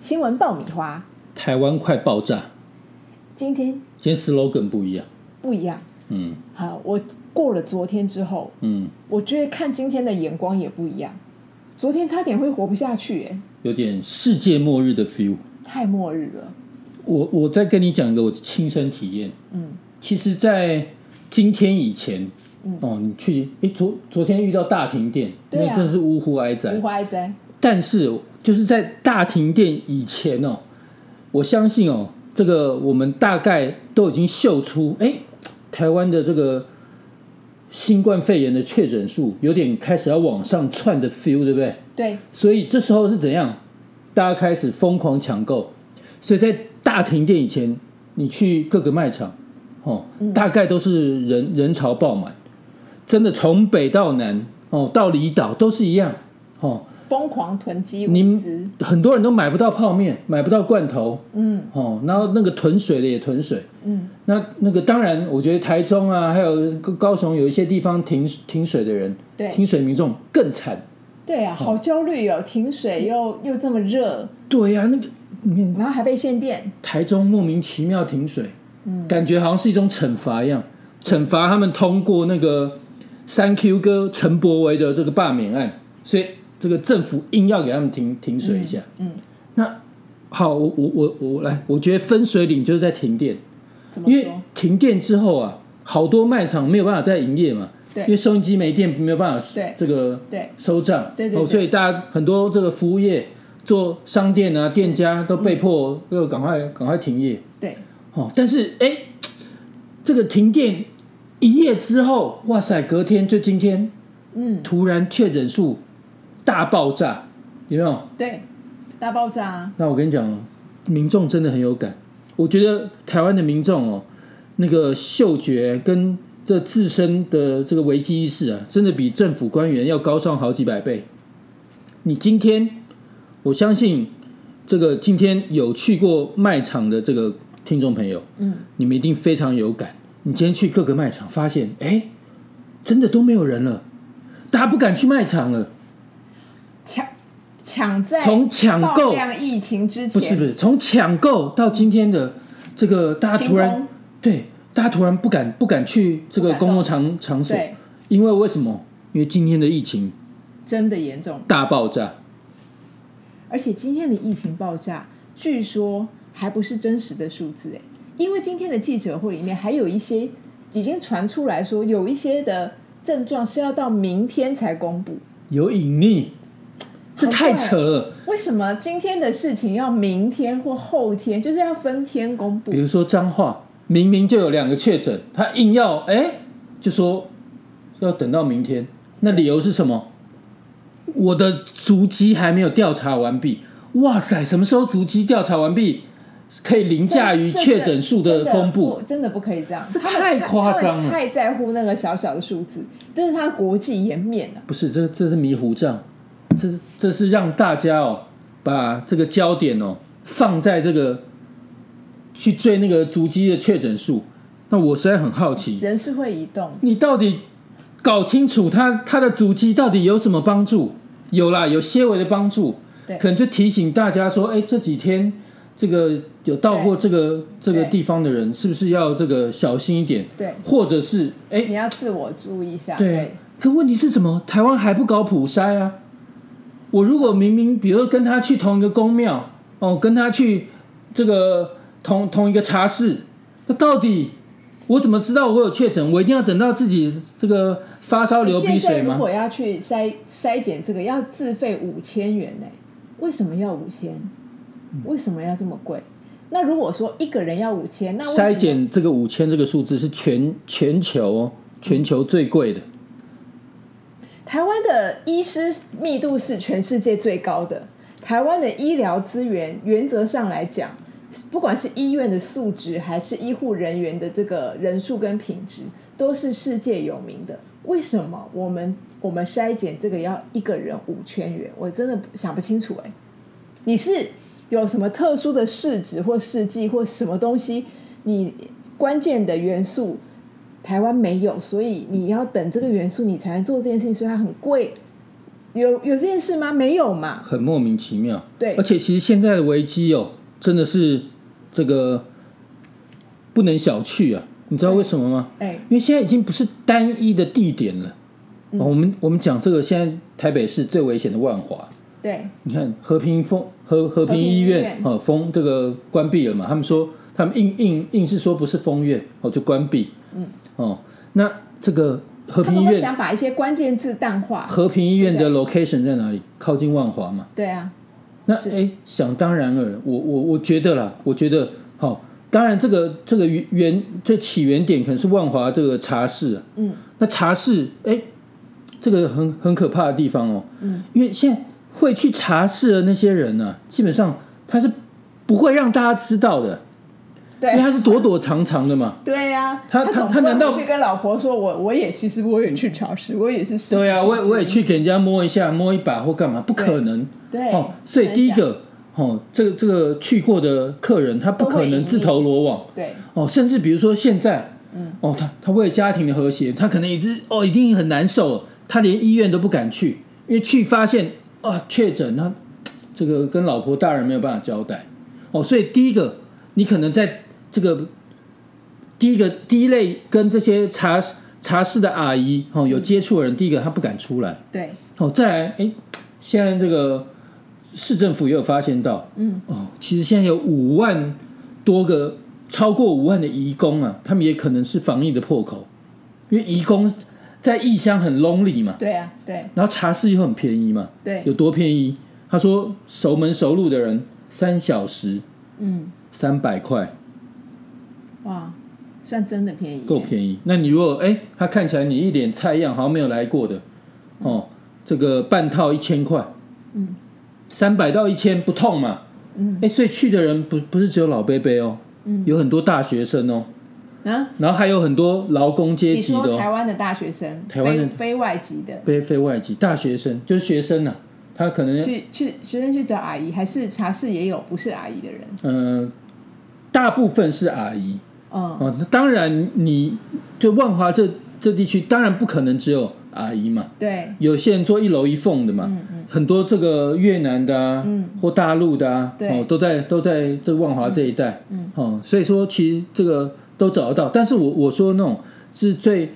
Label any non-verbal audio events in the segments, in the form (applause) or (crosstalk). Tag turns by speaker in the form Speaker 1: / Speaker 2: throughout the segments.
Speaker 1: 新闻爆米花，
Speaker 2: 台湾快爆炸，
Speaker 1: 今天
Speaker 2: 今天 slogan 不一样，
Speaker 1: 不一样。
Speaker 2: 嗯
Speaker 1: 好，我过了昨天之后，
Speaker 2: 嗯，
Speaker 1: 我觉得看今天的眼光也不一样。昨天差点会活不下去、哎，
Speaker 2: 有点世界末日的 feel。
Speaker 1: 太末日了。
Speaker 2: 我我再跟你讲一个我亲身体验，
Speaker 1: 嗯，
Speaker 2: 其实，在今天以前，
Speaker 1: 嗯
Speaker 2: 哦，你去，诶，昨昨天遇到大停电，
Speaker 1: 对啊
Speaker 2: 那真是呜呼哀
Speaker 1: 无
Speaker 2: 哉。
Speaker 1: 花一灾，
Speaker 2: 但是就是在大停电以前哦，我相信哦，这个我们大概都已经嗅出，哎，台湾的这个新冠肺炎的确诊数有点开始要往上窜的 feel，对不对？
Speaker 1: 对，
Speaker 2: 所以这时候是怎样？大家开始疯狂抢购，所以在大停电以前，你去各个卖场，哦，大概都是人人潮爆满，真的从北到南，哦，到离岛都是一样，哦，
Speaker 1: 疯狂囤积物资
Speaker 2: 您，很多人都买不到泡面，买不到罐头，
Speaker 1: 嗯
Speaker 2: 哦，然后那个囤水的也囤水，
Speaker 1: 嗯，
Speaker 2: 那那个当然，我觉得台中啊，还有高高雄有一些地方停停水的人，
Speaker 1: 对
Speaker 2: 停水民众更惨，
Speaker 1: 对啊，好焦虑哦，停水又
Speaker 2: 嗯
Speaker 1: 又这么热，嗯
Speaker 2: 对呀、那个你看
Speaker 1: 然后还被限电，
Speaker 2: 台中莫名其妙停水，
Speaker 1: 嗯
Speaker 2: 感觉好像是一种惩罚一样，惩罚他们通过那个三 Q 哥陈柏维的这个罢免案，所以这个政府硬要给他们停停水一下。
Speaker 1: 嗯，
Speaker 2: 那好，我我我我来，我觉得分水岭就是在停电，
Speaker 1: 怎么
Speaker 2: 因为
Speaker 1: 说？
Speaker 2: 停电之后啊，好多卖场没有办法再营业嘛，
Speaker 1: 对
Speaker 2: 因为收音机没电，没有办法
Speaker 1: 对
Speaker 2: 这个
Speaker 1: 对
Speaker 2: 收账，
Speaker 1: 对对
Speaker 2: 哦，
Speaker 1: 对
Speaker 2: 所以大家很多这个服务业做商店啊、店家都
Speaker 1: 嗯
Speaker 2: 被迫要赶快赶快停业
Speaker 1: 对，
Speaker 2: 哦。但是哎，这个停电一夜之后，哇塞，隔天就今天
Speaker 1: 嗯
Speaker 2: 突然确诊数大爆炸，有没有？
Speaker 1: 对，大爆炸啊，
Speaker 2: 那我跟你讲哦，民众真的很有感。我觉得台湾的民众哦，那个嗅觉跟这自身的这个危机意识啊，真的比政府官员要高上好几百倍。你今天，我相信这个今天有去过卖场的这个听众朋友，
Speaker 1: 嗯，
Speaker 2: 你们一定非常有感。你今天去各个卖场，发现哎，真的都没有人了，大家不敢去卖场了，
Speaker 1: 抢抢在
Speaker 2: 从抢
Speaker 1: 爆
Speaker 2: 购。
Speaker 1: 量疫情之前，
Speaker 2: 不是不是，从抢购到今天的这个，大家
Speaker 1: 清
Speaker 2: 突然
Speaker 1: 空
Speaker 2: 对大家突然不敢不敢去这个
Speaker 1: 不敢动
Speaker 2: 公共场场所，
Speaker 1: 对，
Speaker 2: 因为为什么？因为今天的疫情
Speaker 1: 真的严重。
Speaker 2: 大爆炸，
Speaker 1: 而且今天的疫情爆炸，据说还不是真实的数字哎，因为今天的记者会里面还有一些已经传出来说，有一些的症状是要到明天才公布。
Speaker 2: 有隐匿，这太扯了。
Speaker 1: 为什么今天的事情要明天或后天，就是要分天公布
Speaker 2: 比？如说脏话，明明就有两个确诊，他硬要哎就说要等到明天，那理由是什么？我的足迹还没有调查完毕。哇塞，什么时候足迹调查完毕，可以凌驾于
Speaker 1: 这
Speaker 2: 确诊数
Speaker 1: 这
Speaker 2: 的
Speaker 1: 真
Speaker 2: 公布？
Speaker 1: 不真的不可以这样，
Speaker 2: 这
Speaker 1: 他们
Speaker 2: 太夸张了
Speaker 1: 他们太在乎那个小小的数字，这是他国际颜面了、
Speaker 2: 不是，这这是迷糊账，这这是让大家哦，把这个焦点哦放在这个去追那个足迹的确诊数。那我实在很好奇，
Speaker 1: 人是会移动，
Speaker 2: 你到底搞清楚他他的足迹到底有什么帮助？有啦，有些微的帮助，
Speaker 1: 对
Speaker 2: 可能就提醒大家说，哎，这几天这个有到过这个这个
Speaker 1: 对
Speaker 2: 地方的人，是不是要这个小心一点？
Speaker 1: 对，
Speaker 2: 或者是哎，
Speaker 1: 你要自我注意一下。
Speaker 2: 对，可问题是什么？台湾还不搞普筛啊？我如果明明，比如说跟他去同一个公庙，哦，跟他去这个同同一个茶室，那到底我怎么知道我有确诊？我一定要等到自己这个发烧流鼻
Speaker 1: 现在
Speaker 2: 水
Speaker 1: 如
Speaker 2: 吗？
Speaker 1: 果要去筛筛检这个，要自费五千元呢、为什么要五千？
Speaker 2: 嗯
Speaker 1: 为什么要这么贵？那如果说一个人要五千，那为什么
Speaker 2: 筛检这个五千这个数字是全全球哦，全球最贵的，
Speaker 1: 台湾的医师密度是全世界最高的。台湾的医疗资源原则上来讲，不管是医院的素质，还是医护人员的这个人数跟品质，都是世界有名的。为什么我们我们筛检这个要一个人五千元？我真的想不清楚哎、你是有什么特殊的市值或事迹或什么东西？你关键的元素台湾没有，所以你要等这个元素，你才能做这件事情，所以它很贵。有有这件事吗？没有嘛。
Speaker 2: 很莫名其妙。
Speaker 1: 对
Speaker 2: 而且其实现在的危机哦，真的是这个不能小觑啊！你知道为什么吗？
Speaker 1: 哎，
Speaker 2: 因为现在已经不是单一的地点了。
Speaker 1: 嗯
Speaker 2: 哦我们我们讲这个，现在台北市最危险的万华，
Speaker 1: 对，
Speaker 2: 你看和平风和和平
Speaker 1: 和平
Speaker 2: 医院
Speaker 1: 医院
Speaker 2: 哦，封这个关闭了嘛？他们说他们硬硬硬是说不是封院哦，就关闭。嗯哦，那这个和
Speaker 1: 他
Speaker 2: 平
Speaker 1: 们
Speaker 2: 医
Speaker 1: 会
Speaker 2: 院
Speaker 1: 想把一些关键字淡化。
Speaker 2: 和平医院的 location 在哪里？靠近万华嘛。
Speaker 1: 对啊，
Speaker 2: 那
Speaker 1: 是
Speaker 2: 哎，想当然了，我我我觉得啦，我觉得好、当然这个这个原这起源点可能是万华这个茶室、啊，
Speaker 1: 嗯，
Speaker 2: 那茶室哎，这个很很可怕的地方哦，
Speaker 1: 嗯，
Speaker 2: 因为现在会去茶室的那些人呢、基本上他是不会让大家知道的，因为
Speaker 1: 对
Speaker 2: 他是躲躲藏藏
Speaker 1: (laughs)
Speaker 2: 的嘛，
Speaker 1: 对呀，
Speaker 2: 他他
Speaker 1: 总
Speaker 2: 他
Speaker 1: 不能
Speaker 2: 难道
Speaker 1: 去跟老婆说我我也其实我也去潮湿，我也是湿
Speaker 2: 对啊，
Speaker 1: 纸
Speaker 2: 我也
Speaker 1: 巾
Speaker 2: 我也去给人家摸一下，摸一把或干嘛，不可能
Speaker 1: 对
Speaker 2: 哦，所以第一个哦，这个这个去过的客人他不
Speaker 1: 都会
Speaker 2: 可
Speaker 1: 隐
Speaker 2: 能
Speaker 1: 匿
Speaker 2: 自投罗网。
Speaker 1: 对
Speaker 2: 哦，甚至比如说现在，嗯，哦，他他为了家庭的和谐，他可能已经哦一定很难受，他连医院都不敢去，因为去发现啊确诊，他嘖这个跟老婆大人没有办法交代，哦，所以第一个，你可能在这个第一个第一类跟这些茶茶室的阿姨哦有接触的人，第一个他不敢出来，
Speaker 1: 对
Speaker 2: 哦，再来，哎，现在这个市政府也有发现到，
Speaker 1: 嗯，
Speaker 2: 哦，其实现在有五万多个，超过五万的移工啊，他们也可能是防疫的破口，因为移工在异乡很 lonely 嘛，
Speaker 1: 对啊对
Speaker 2: 然后茶室又很便宜嘛，
Speaker 1: 对，
Speaker 2: 有多便宜？他说熟门熟路的人三小时
Speaker 1: 嗯
Speaker 2: 三百块，
Speaker 1: 哇，算真的便宜耶，
Speaker 2: 够便宜。那你如果哎，他看起来你一脸菜样，好像没有来过的，哦，这个半套一千块，
Speaker 1: 嗯，
Speaker 2: 三百到一千不痛嘛，
Speaker 1: 嗯
Speaker 2: 哎，所以去的人不不是只有老伯伯哦，
Speaker 1: 嗯
Speaker 2: 有很多大学生哦，
Speaker 1: 啊。
Speaker 2: 然后还有很多劳工阶
Speaker 1: 你
Speaker 2: 级
Speaker 1: 说
Speaker 2: 的、哦，
Speaker 1: 台湾的大学生，
Speaker 2: 台湾的
Speaker 1: 非非外籍的，
Speaker 2: 非非外籍大学生，就是学生呐、他可能
Speaker 1: 去去学生去找阿姨，还是茶室也有不是阿姨的人？
Speaker 2: 嗯、呃大部分是阿姨
Speaker 1: 嗯，
Speaker 2: 哦。那当然你就万华这这地区，当然不可能只有阿姨嘛，
Speaker 1: 对，
Speaker 2: 有些人做一楼一缝的嘛，
Speaker 1: 嗯嗯
Speaker 2: 很多这个越南的啊，
Speaker 1: 嗯
Speaker 2: 或大陆的啊，
Speaker 1: 对
Speaker 2: 哦，都在都在这万华这一带，
Speaker 1: 嗯
Speaker 2: 哦，所以说其实这个都找得到，但是我我说那种是最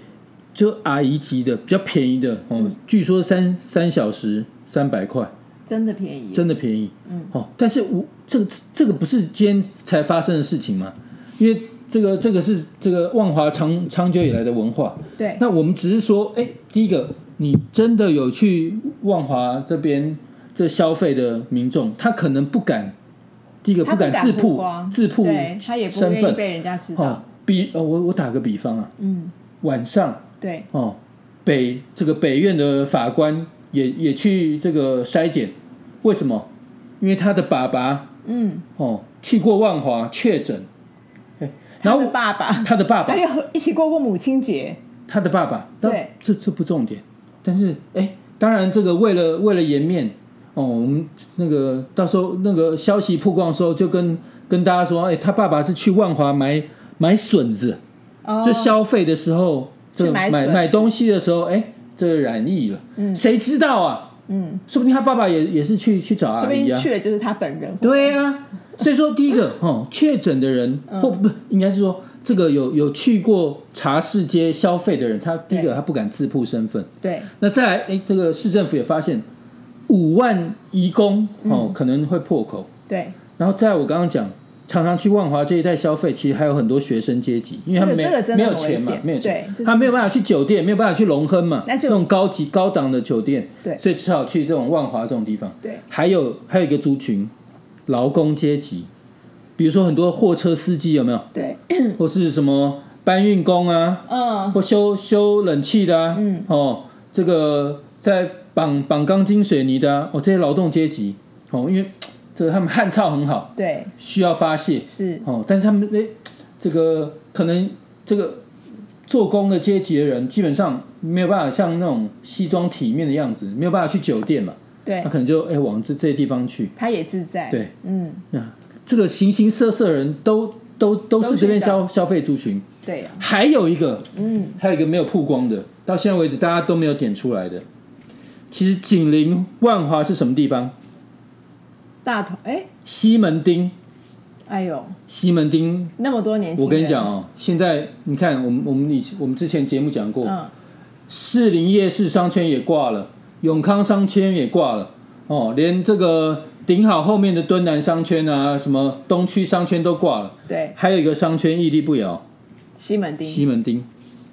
Speaker 2: 就阿姨级的，比较便宜的哦，
Speaker 1: 嗯
Speaker 2: 据说三三小时三百块，
Speaker 1: 真的便宜，
Speaker 2: 真的便宜，
Speaker 1: 嗯，
Speaker 2: 哦，但是我这个这个不是今天才发生的事情吗？因为这个这个是这个万华长长久以来的文化，
Speaker 1: 对
Speaker 2: 那我们只是说，哎，第一个，你真的有去万华这边这消费的民众，他可能不敢，第一个
Speaker 1: 他不
Speaker 2: 敢
Speaker 1: 敢
Speaker 2: 自
Speaker 1: 曝
Speaker 2: 曝
Speaker 1: 光
Speaker 2: 自曝
Speaker 1: 对他也不
Speaker 2: 身
Speaker 1: 愿意
Speaker 2: 份。
Speaker 1: 被人家知道。
Speaker 2: 哦，比哦，我我打个比方啊，
Speaker 1: 嗯，
Speaker 2: 晚上
Speaker 1: 对
Speaker 2: 哦，北这个北院的法官也也去这个筛检，为什么？因为他的爸爸
Speaker 1: 嗯，
Speaker 2: 哦去过万华确诊，哎
Speaker 1: 他
Speaker 2: 然后
Speaker 1: 的爸爸，
Speaker 2: 他的爸爸
Speaker 1: 还有一起过过母亲节，
Speaker 2: 他的爸爸，但
Speaker 1: 对
Speaker 2: 这这不重点。但是，哎，当然这个为了为了颜面，哦，我们那个到时候那个消息曝光的时候，就跟跟大家说，哎，他爸爸是去万华买买笋子，
Speaker 1: 哦
Speaker 2: 就消费的时候，
Speaker 1: 去
Speaker 2: 这个
Speaker 1: 买
Speaker 2: 买
Speaker 1: 笋子
Speaker 2: 买东西的时候，哎，这个染疫了，
Speaker 1: 嗯
Speaker 2: 谁知道啊？
Speaker 1: 嗯，
Speaker 2: 说不定他爸爸也也是去去找
Speaker 1: 说
Speaker 2: 阿
Speaker 1: 不
Speaker 2: 姨
Speaker 1: 定
Speaker 2: 啊。
Speaker 1: 去的就是他本人。
Speaker 2: 对啊，所以说第
Speaker 1: (laughs)
Speaker 2: 一个哦，确诊的人
Speaker 1: 嗯
Speaker 2: 或不应该是说这个有有去过茶市街消费的人，他第一个
Speaker 1: 对
Speaker 2: 他不敢自曝身份。
Speaker 1: 对
Speaker 2: 那再来，哎，这个市政府也发现五万移工
Speaker 1: 嗯
Speaker 2: 哦、可能会破口。
Speaker 1: 对，
Speaker 2: 然后再来我刚刚讲，常常去万华这一带消费，其实还有很多学生阶级，因为他们没、
Speaker 1: 这个这个真
Speaker 2: 没
Speaker 1: 的
Speaker 2: 有
Speaker 1: 很
Speaker 2: 钱嘛
Speaker 1: 危，险
Speaker 2: 没有
Speaker 1: 对
Speaker 2: 钱
Speaker 1: 这，是
Speaker 2: 他没有办法去酒店，没有办法去龙亨嘛，
Speaker 1: 那就
Speaker 2: 种高级高档的酒店，
Speaker 1: 对
Speaker 2: 所以只好去这种万华这种地方。
Speaker 1: 对，
Speaker 2: 还有还有一个族群，劳工阶级，比如说很多货车司机有没有，
Speaker 1: 对，
Speaker 2: 或是什么搬运工啊，
Speaker 1: 嗯，
Speaker 2: 或修修冷气的啊，
Speaker 1: 嗯，
Speaker 2: 哦，这个在绑绑钢筋水泥的啊，哦，这些劳动阶级，哦，因为这个他们汗臭很好，
Speaker 1: 对，
Speaker 2: 需要发泄，
Speaker 1: 是，
Speaker 2: 哦，但是他们诶，这个可能这个做工的阶级的人，基本上没有办法像那种西装体面的样子，没有办法去酒店嘛，
Speaker 1: 对
Speaker 2: 他，可能就哎往这这些地方去，
Speaker 1: 他也自在。
Speaker 2: 对，
Speaker 1: 嗯，
Speaker 2: 那啊这个形形色色的人都都都是
Speaker 1: 都去
Speaker 2: 这边
Speaker 1: 找
Speaker 2: 消消费族群，
Speaker 1: 对呀，
Speaker 2: 还有一个
Speaker 1: 嗯，
Speaker 2: 还有一个没有曝光的，到现在为止大家都没有点出来的，其实紧邻万华是什么地方？
Speaker 1: 大同哎、
Speaker 2: 西门町，
Speaker 1: 哎呦，
Speaker 2: 西门町。
Speaker 1: 那么多年轻人，
Speaker 2: 我跟你讲哦，现在你看，我们我们以前我们之前节目讲过，
Speaker 1: 嗯，
Speaker 2: 士林夜市商圈也挂了，永康商圈也挂了，哦，连这个顶好后面的敦南商圈啊，什么东区商圈都挂了，
Speaker 1: 对，
Speaker 2: 还有一个商圈屹立不摇，
Speaker 1: 西门町，
Speaker 2: 西门町。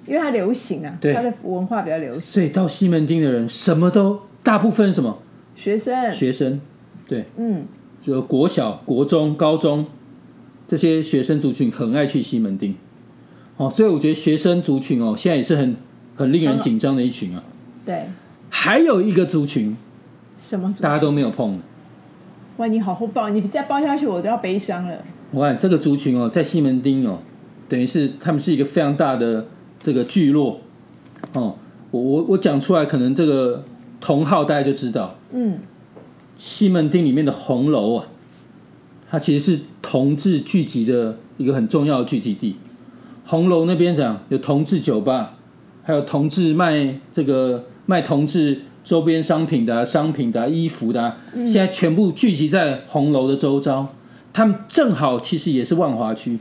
Speaker 1: 因为它流行啊，
Speaker 2: 对
Speaker 1: 它的文化比较流行，
Speaker 2: 所以到西门町的人，什么都大部分什么
Speaker 1: 学生，
Speaker 2: 学生，对，
Speaker 1: 嗯，
Speaker 2: 就国小、国中、高中这些学生族群很爱去西门町。哦，所以我觉得学生族群哦，现在也是很很令人紧张的一群啊。
Speaker 1: 对，
Speaker 2: 还有一个族群，
Speaker 1: 什么？
Speaker 2: 大家都没有碰的。
Speaker 1: 哇，你好厚报，你再包下去我都要悲伤了。
Speaker 2: 我看这个族群哦，在西门町哦，等于是他们是一个非常大的这个聚落哦。我我我讲出来，可能这个同号大家就知道，
Speaker 1: 嗯，
Speaker 2: 西门町里面的红楼啊，它其实是同志聚集的一个很重要的聚集地。红楼那边讲有同志酒吧，还有同志卖这个卖同志周边商品的啊、商品的啊、衣服的啊、
Speaker 1: 嗯
Speaker 2: 现在全部聚集在红楼的周遭。他们正好其实也是万华区，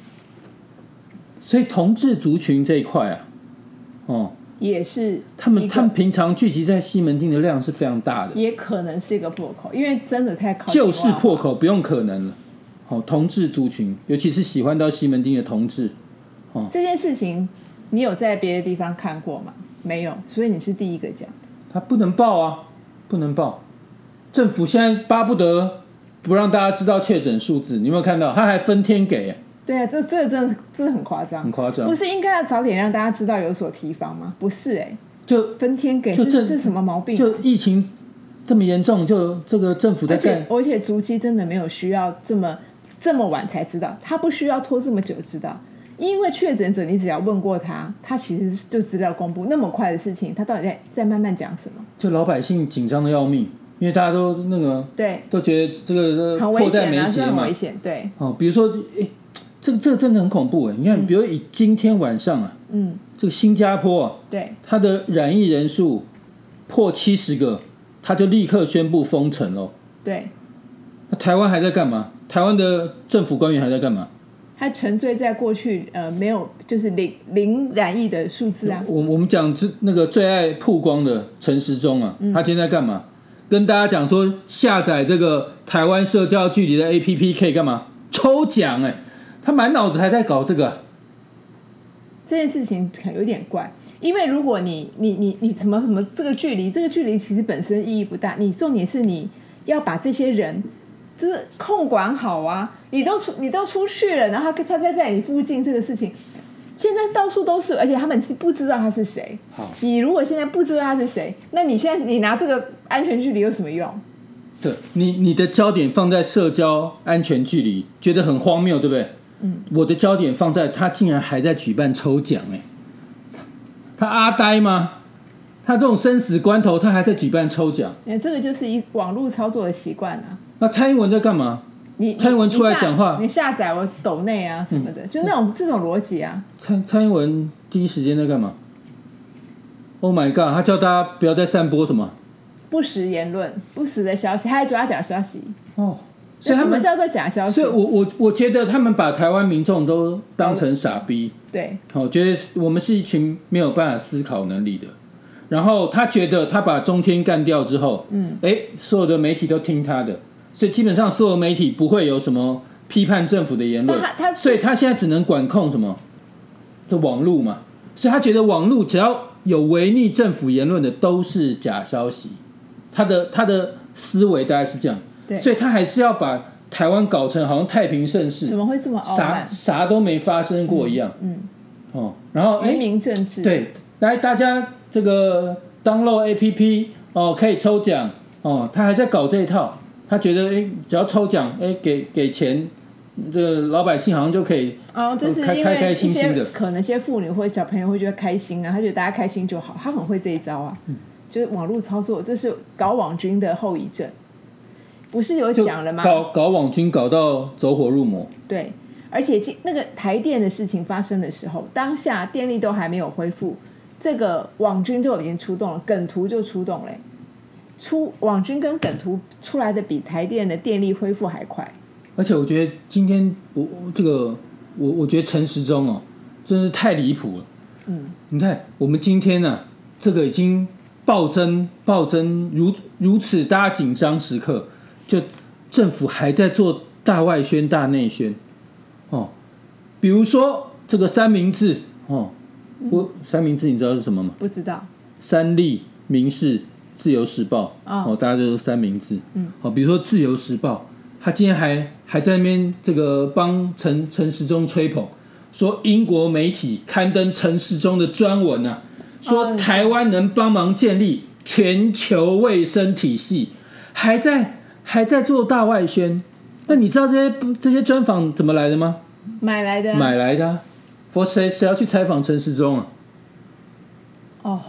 Speaker 2: 所以同志族群这一块啊，哦，
Speaker 1: 也是
Speaker 2: 他们
Speaker 1: 一个
Speaker 2: 他们平常聚集在西门町的量是非常大的。
Speaker 1: 也可能是一个破口，因为真的太靠近
Speaker 2: 就是
Speaker 1: 哇
Speaker 2: 破口，不用可能了。好、同志族群，尤其是喜欢到西门町的同志，
Speaker 1: 这件事情，你有在别的地方看过吗？没有，所以你是第一个讲的。
Speaker 2: 他不能报啊，不能报。政府现在巴不得不让大家知道确诊数字，你有没有看到？他还分天给，
Speaker 1: 对啊，这这真的这很夸张
Speaker 2: 很，夸张
Speaker 1: 不。是应该要早点让大家知道有所提防吗？不是哎、
Speaker 2: 就
Speaker 1: 分天给
Speaker 2: 就
Speaker 1: 这
Speaker 2: 这
Speaker 1: 这什么毛病、啊？
Speaker 2: 就疫情这么严重，就这个政府在
Speaker 1: 而且
Speaker 2: 干，
Speaker 1: 而且足迹真的没有需要这么这么晚才知道，他不需要拖这么久知道，因为确诊者你只要问过他，他其实就资料公布那么快的事情，他到底在在慢慢讲什么？
Speaker 2: 就老百姓紧张的要命，因为大家都那个
Speaker 1: 对，
Speaker 2: 都觉得这个
Speaker 1: 很
Speaker 2: 迫
Speaker 1: 危
Speaker 2: 在
Speaker 1: 险
Speaker 2: 眉
Speaker 1: 啊，这
Speaker 2: 睫
Speaker 1: 很
Speaker 2: 嘛
Speaker 1: 危。险，对，
Speaker 2: 哦，比如说，诶，这个这个真的很恐怖哎！你看，比如以今天晚上啊，
Speaker 1: 嗯，
Speaker 2: 这个新加坡、啊、
Speaker 1: 对，
Speaker 2: 它的染疫人数破七十个，它就立刻宣布封城喽。
Speaker 1: 对，
Speaker 2: 那台湾还在干嘛？台湾的政府官员还在干嘛？
Speaker 1: 他沉醉在过去呃没有就是零零染疫的数字啊，
Speaker 2: 我我们讲这那个最爱曝光的陈时中啊，他今天在干嘛？跟大家讲说下载这个台湾社交距离的 APP 可以干嘛？抽奖哎、他满脑子还在搞这个啊、
Speaker 1: 这件事情可有点怪，因为如果你你你你什么什么这个距离，这个距离其实本身意义不大，你重点是你要把这些人就是控管好啊，你都出你都出去了，然后他他再在你附近这个事情，现在到处都是，而且他们是不知道他是谁。
Speaker 2: 好，
Speaker 1: 你如果现在不知道他是谁，那你现在你拿这个安全距离有什么用？
Speaker 2: 对你你的焦点放在社交安全距离，觉得很荒谬，对不对？嗯，我的焦点放在他竟然还在举办抽奖、欸，他他阿呆吗？他这种生死关头，他还在举办抽奖，
Speaker 1: 那呃这个就是一网络操作的习惯啊。
Speaker 2: 那蔡英文在干嘛？
Speaker 1: 你
Speaker 2: 蔡英文
Speaker 1: 你
Speaker 2: 出来
Speaker 1: 下
Speaker 2: 讲话嗯
Speaker 1: 你下载我抖内啊什么的，就那种这种逻辑啊。
Speaker 2: 蔡蔡英文第一时间在干嘛？Oh my god！他叫大家不要再散播什么
Speaker 1: 不实言论、不实的消息，还抓假消息。
Speaker 2: 哦，所
Speaker 1: 那
Speaker 2: 以他
Speaker 1: 什么
Speaker 2: 们，
Speaker 1: 叫做假消息
Speaker 2: 所以？我我我觉得他们把台湾民众都当成傻逼。
Speaker 1: 对
Speaker 2: 我觉得我们是一群没有办法思考能力的。然后他觉得他把中天干掉之后，嗯，哎，所有的媒体都听他的，所以基本上所有媒体不会有什么批判政府的言论
Speaker 1: 但他他。是
Speaker 2: 所以他现在只能管控什么？这网络嘛。所以他觉得网络只要有违逆政府言论的都是假消息。他的他的思维大概是这样，
Speaker 1: 对，
Speaker 2: 所以他还是要把台湾搞成好像太平盛世
Speaker 1: 怎，么会这么傲
Speaker 2: 啥
Speaker 1: 慢？
Speaker 2: 啥都没发生过一样。
Speaker 1: 嗯，
Speaker 2: 哦，然后哎
Speaker 1: 愚，民政治。，
Speaker 2: 对，来大家这个 download APP 哦，可以抽奖哦，他还在搞这一套，他觉得哎，只要抽奖哎，给给钱，这个老百姓好像就可以
Speaker 1: 哦，这是
Speaker 2: 开
Speaker 1: 因
Speaker 2: 开
Speaker 1: 为
Speaker 2: 开
Speaker 1: 一
Speaker 2: 心心
Speaker 1: 些
Speaker 2: 的
Speaker 1: 可能一些妇女或者小朋友会觉得开心啊，他觉得大家开心就好，他很会这一招啊。
Speaker 2: 嗯
Speaker 1: 就是网络操作，就是搞网军的后遗症。不是有
Speaker 2: 就
Speaker 1: 讲了吗？
Speaker 2: 搞搞网军搞到走火入魔，
Speaker 1: 对，而且今那个台电的事情发生的时候，当下电力都还没有恢复，这个网军就已经出动了，梗图就出动嘞、出网军跟梗图出来的比台电的电力恢复还快。
Speaker 2: 而且我觉得今天我我这个我我觉得陈时中哦，真是太离谱了。
Speaker 1: 嗯，
Speaker 2: 你看我们今天呢、这个已经暴增暴增如如此大家紧张时刻，就政府还在做大外宣大内宣哦，比如说这个三明治哦，我三明治你知道是什么吗？
Speaker 1: 不知道，
Speaker 2: 三立、民视、自由时报，
Speaker 1: 啊
Speaker 2: 哦，大家就是三明治，
Speaker 1: 嗯，
Speaker 2: 好、比如说自由时报，他今天还还在那边这个帮陈陈时中吹捧，说英国媒体刊登陈时中的专文啊，说
Speaker 1: 哦
Speaker 2: 台湾能帮忙建立全球卫生体系，还在还在做大外宣。那你知道这些这些专访怎么来的吗？
Speaker 1: 买来的啊、
Speaker 2: 买来的、啊，我谁谁要去采访陈时中啊？
Speaker 1: 哦，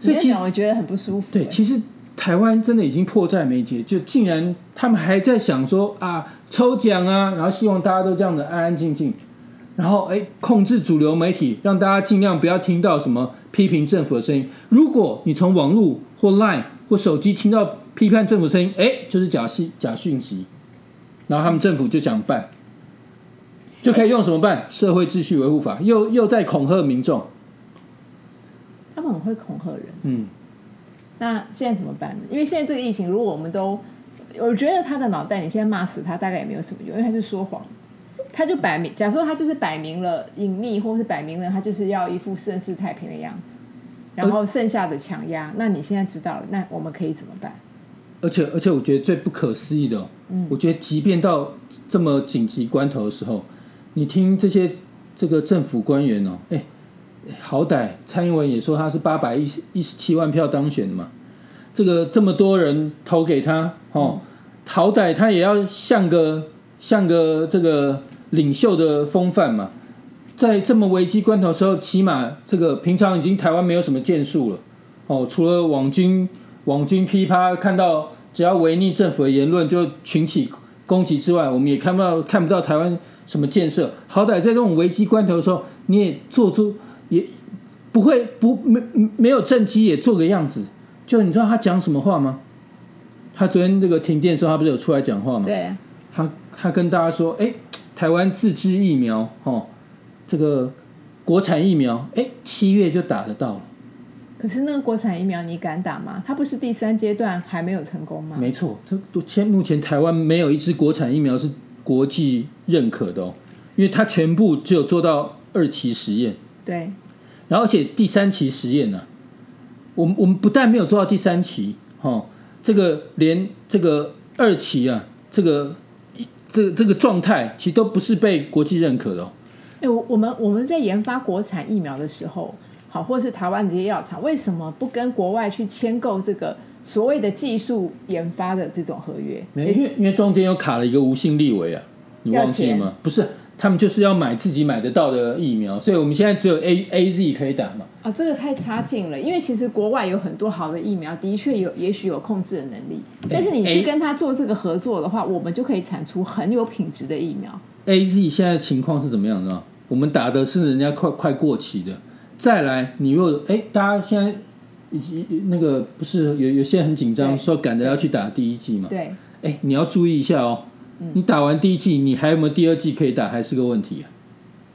Speaker 2: 所以
Speaker 1: 你这
Speaker 2: 其实
Speaker 1: 样讲我觉得很不舒服。
Speaker 2: 对，其实台湾真的已经迫在眉睫，就竟然他们还在想说啊抽奖啊，然后希望大家都这样的安安静静，然后哎控制主流媒体，让大家尽量不要听到什么批评政府的声音。如果你从网络或 Line 或手机听到批判政府的声音，哎，就是假信假讯息，然后他们政府就想办。就可以用什么办？社会秩序维护法又又在恐吓民众，
Speaker 1: 他们很会恐吓人。
Speaker 2: 嗯，
Speaker 1: 那现在怎么办呢？因为现在这个疫情，如果我们都，我觉得他的脑袋，你现在骂死他大概也没有什么用，因为他是说谎，他就摆明，假设他就是摆明了隐匿，或是摆明了他就是要一副盛世太平的样子，然后剩下的强压，那你现在知道了，那我们可以怎么办？
Speaker 2: 而且而且，我觉得最不可思议的哦、
Speaker 1: 嗯
Speaker 2: 我觉得即便到这么紧急关头的时候，你听这些这个政府官员哦，哎，好歹蔡英文也说他是八百一十一十七万票当选的嘛，这个这么多人投给他哦，好歹他也要像个像个这个领袖的风范嘛，在这么危机关头的时候，起码这个平常已经台湾没有什么建树了哦，除了网军网军噼啪看到只要违逆政府的言论就群起攻击之外，我们也看不到看不到台湾什么建设。好歹在这种危机关头的时候，你也做出也不会不没没有政绩也做个样子。就你知道他讲什么话吗？他昨天这个停电的时候，他不是有出来讲话吗？
Speaker 1: 对，
Speaker 2: 他他跟大家说，哎、台湾自制疫苗哦，这个国产疫苗，哎、七月就打得到了。
Speaker 1: 可是那个国产疫苗你敢打吗？它不是第三阶段还没有成功吗？
Speaker 2: 没错，这都现目前台湾没有一支国产疫苗是国际认可的哦，因为它全部只有做到二期实验，
Speaker 1: 对，
Speaker 2: 然后而且第三期实验呢、我们我们不但没有做到第三期，哦，这个连这个二期啊，这个一这这个状态其实都不是被国际认可的、哦。
Speaker 1: 哎、我我们我们在研发国产疫苗的时候，好，或是台湾这些药厂，为什么不跟国外去签购这个所谓的技术研发的这种合约？
Speaker 2: 没因为因为中间又卡了一个无性立委啊，你忘记了
Speaker 1: 要
Speaker 2: 吗？不是，他们就是要买自己买得到的疫苗，所以我们现在只有 A A Z 可以打嘛。
Speaker 1: 啊，这个太差劲了，因为其实国外有很多好的疫苗，的确有，也许有控制的能力，但是你
Speaker 2: 哎
Speaker 1: 去跟他做这个合作的话，我们就可以产出很有品质的疫苗。
Speaker 2: A Z 现在情况是怎么样的？我们打的是人家快快过期的，再来你又哎，大家现在已经那个不是有有些人很紧张，
Speaker 1: 对
Speaker 2: 说赶着要去打第一剂嘛？
Speaker 1: 对，嗯
Speaker 2: 哎，你要注意一下哦，你打完第一剂，你还有没有第二剂可以打，还是个问题啊？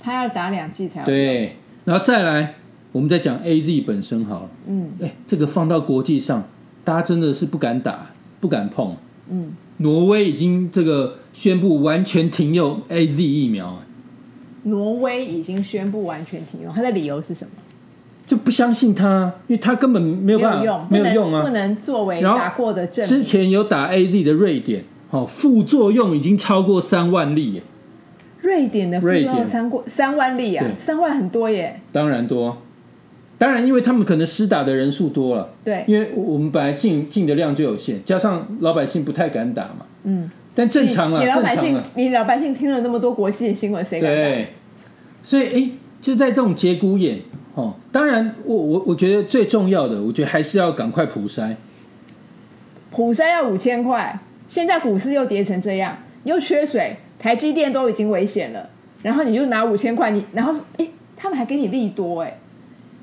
Speaker 1: 他要打两剂才有。
Speaker 2: 对，然后再来，我们再讲 A Z 本身好了，
Speaker 1: 嗯
Speaker 2: 哎，这个放到国际上，大家真的是不敢打，不敢碰。
Speaker 1: 嗯，
Speaker 2: 挪威已经这个宣布完全停用 A Z 疫苗了。
Speaker 1: 挪威已经宣布完全停用，它的理由是什么？
Speaker 2: 就不相信他，因为他根本没有办
Speaker 1: 有
Speaker 2: 法
Speaker 1: 用，，不
Speaker 2: 没有
Speaker 1: 能
Speaker 2: 用
Speaker 1: 不
Speaker 2: 啊。
Speaker 1: 能作为
Speaker 2: 然后
Speaker 1: 打过的证
Speaker 2: 之
Speaker 1: 明。
Speaker 2: 前有打 A Z 的瑞典，哦，副作用已经超过三万例耶，
Speaker 1: 瑞典的副作
Speaker 2: 瑞典
Speaker 1: 用三过三万例啊
Speaker 2: 对，
Speaker 1: 三万很多耶。
Speaker 2: 当然多，当然因为他们可能施打的人数多了，
Speaker 1: 对，
Speaker 2: 因为我我们本来进进的量就有限，加上老百姓不太敢打嘛，
Speaker 1: 嗯，
Speaker 2: 但正常了，
Speaker 1: 你你老
Speaker 2: 正
Speaker 1: 百
Speaker 2: 常
Speaker 1: 姓
Speaker 2: 了，，
Speaker 1: 你老百姓听了那么多国际的新闻，谁敢打？
Speaker 2: 对，所以哎，就在这种节骨眼哦，当然我我我觉得最重要的，我觉得还是要赶快普筛，
Speaker 1: 普筛要五千块，现在股市又跌成这样，又缺水，台积电都已经危险了，然后你就拿五千块，你然后哎，诶他们还给你利多哎，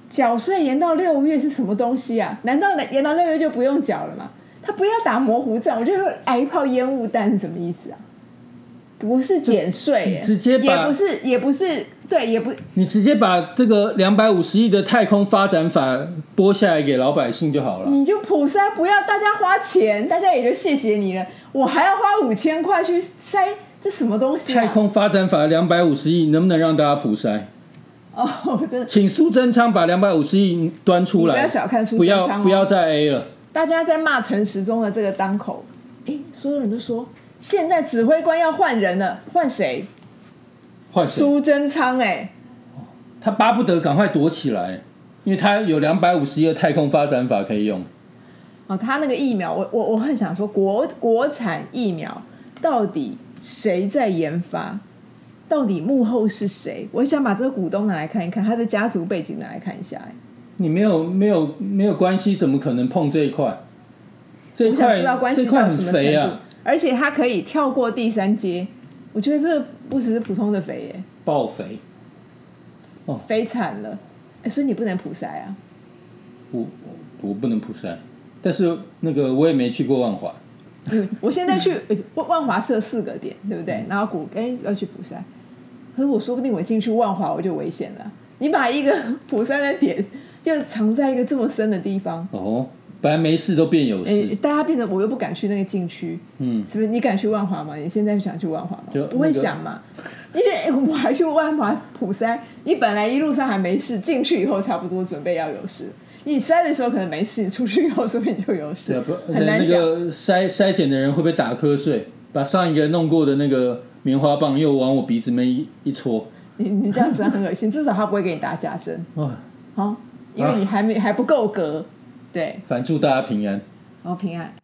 Speaker 1: 缴税延到六月是什么东西啊？难道延到六月就不用缴了吗？他不要打模糊战，我觉得挨一炮烟雾弹是什么意思啊？不是减税耶，
Speaker 2: 嗯直接把
Speaker 1: 也不是，也不是，对，也不
Speaker 2: 你直接把这个两百五十亿的太空发展法拨下来给老百姓就好了。
Speaker 1: 你就普筛不要大家花钱，大家也就谢谢你了。我还要花五千块去筛，这什么东西、啊？
Speaker 2: 太空发展法两百五十亿能不能让大家普筛？
Speaker 1: (laughs) 哦，真的，
Speaker 2: 请苏贞昌把两百五十亿端出
Speaker 1: 你
Speaker 2: 来，
Speaker 1: 不要小看苏贞
Speaker 2: 不要
Speaker 1: 昌哦
Speaker 2: 不要再 A 了。
Speaker 1: 大家在骂陈时中的这个当口，诶，所有人都说现在指挥官要换人了，换谁？
Speaker 2: 换谁？
Speaker 1: 苏贞昌、诶，
Speaker 2: 他巴不得赶快躲起来，因为他有两百五十亿的太空发展法可以用。
Speaker 1: 哦，他那个疫苗，我我我很想说国国产疫苗到底谁在研发？到底幕后是谁？我想把这个股东拿来看一看，他的家族背景拿来看一下、诶
Speaker 2: 你没有没有没有关系，怎么可能碰这一块？这一
Speaker 1: 我想
Speaker 2: 块
Speaker 1: 知道关
Speaker 2: 这
Speaker 1: 系
Speaker 2: 一块
Speaker 1: 到
Speaker 2: 很
Speaker 1: 什么程
Speaker 2: 肥
Speaker 1: 度，
Speaker 2: 啊，
Speaker 1: 而且它可以跳过第三阶，我觉得这不只是普通的肥耶，
Speaker 2: 爆肥。
Speaker 1: 肥惨了。哎所以你不能普筛啊！
Speaker 2: 我我不能普筛，但是那个我也没去过万华，
Speaker 1: 嗯我现在去哎万万华设四个点，对不
Speaker 2: 嗯
Speaker 1: 对？然后古哎、要去普筛，可是我说不定我进去万华我就危险了。你把一个 (laughs) 普筛的点就藏在一个这么深的地方，
Speaker 2: 哦，本来没事都变有事，
Speaker 1: 哎、大家变得我又不敢去那个禁区，
Speaker 2: 嗯，
Speaker 1: 是不是？你敢去万华吗？你现在想去万华吗？
Speaker 2: 就
Speaker 1: 不会
Speaker 2: 那个
Speaker 1: 想嘛？ (laughs) 你且、哎我还去万华普筛，你本来一路上还没事，进去以后差不多准备要有事。你筛的时候可能没事，你出去以后说不定就有
Speaker 2: 对
Speaker 1: 事
Speaker 2: 啊，不，，
Speaker 1: 很难
Speaker 2: 那
Speaker 1: 讲。
Speaker 2: 个筛筛检的人会不会打瞌睡，把上一个弄过的那个棉花棒又往我鼻子里面一一戳，
Speaker 1: 你你这样子很恶心，至少他不会给你打假针，
Speaker 2: 哇，
Speaker 1: 好、因为你还没还不够格，对，
Speaker 2: 反祝大家平安。
Speaker 1: 然后平安。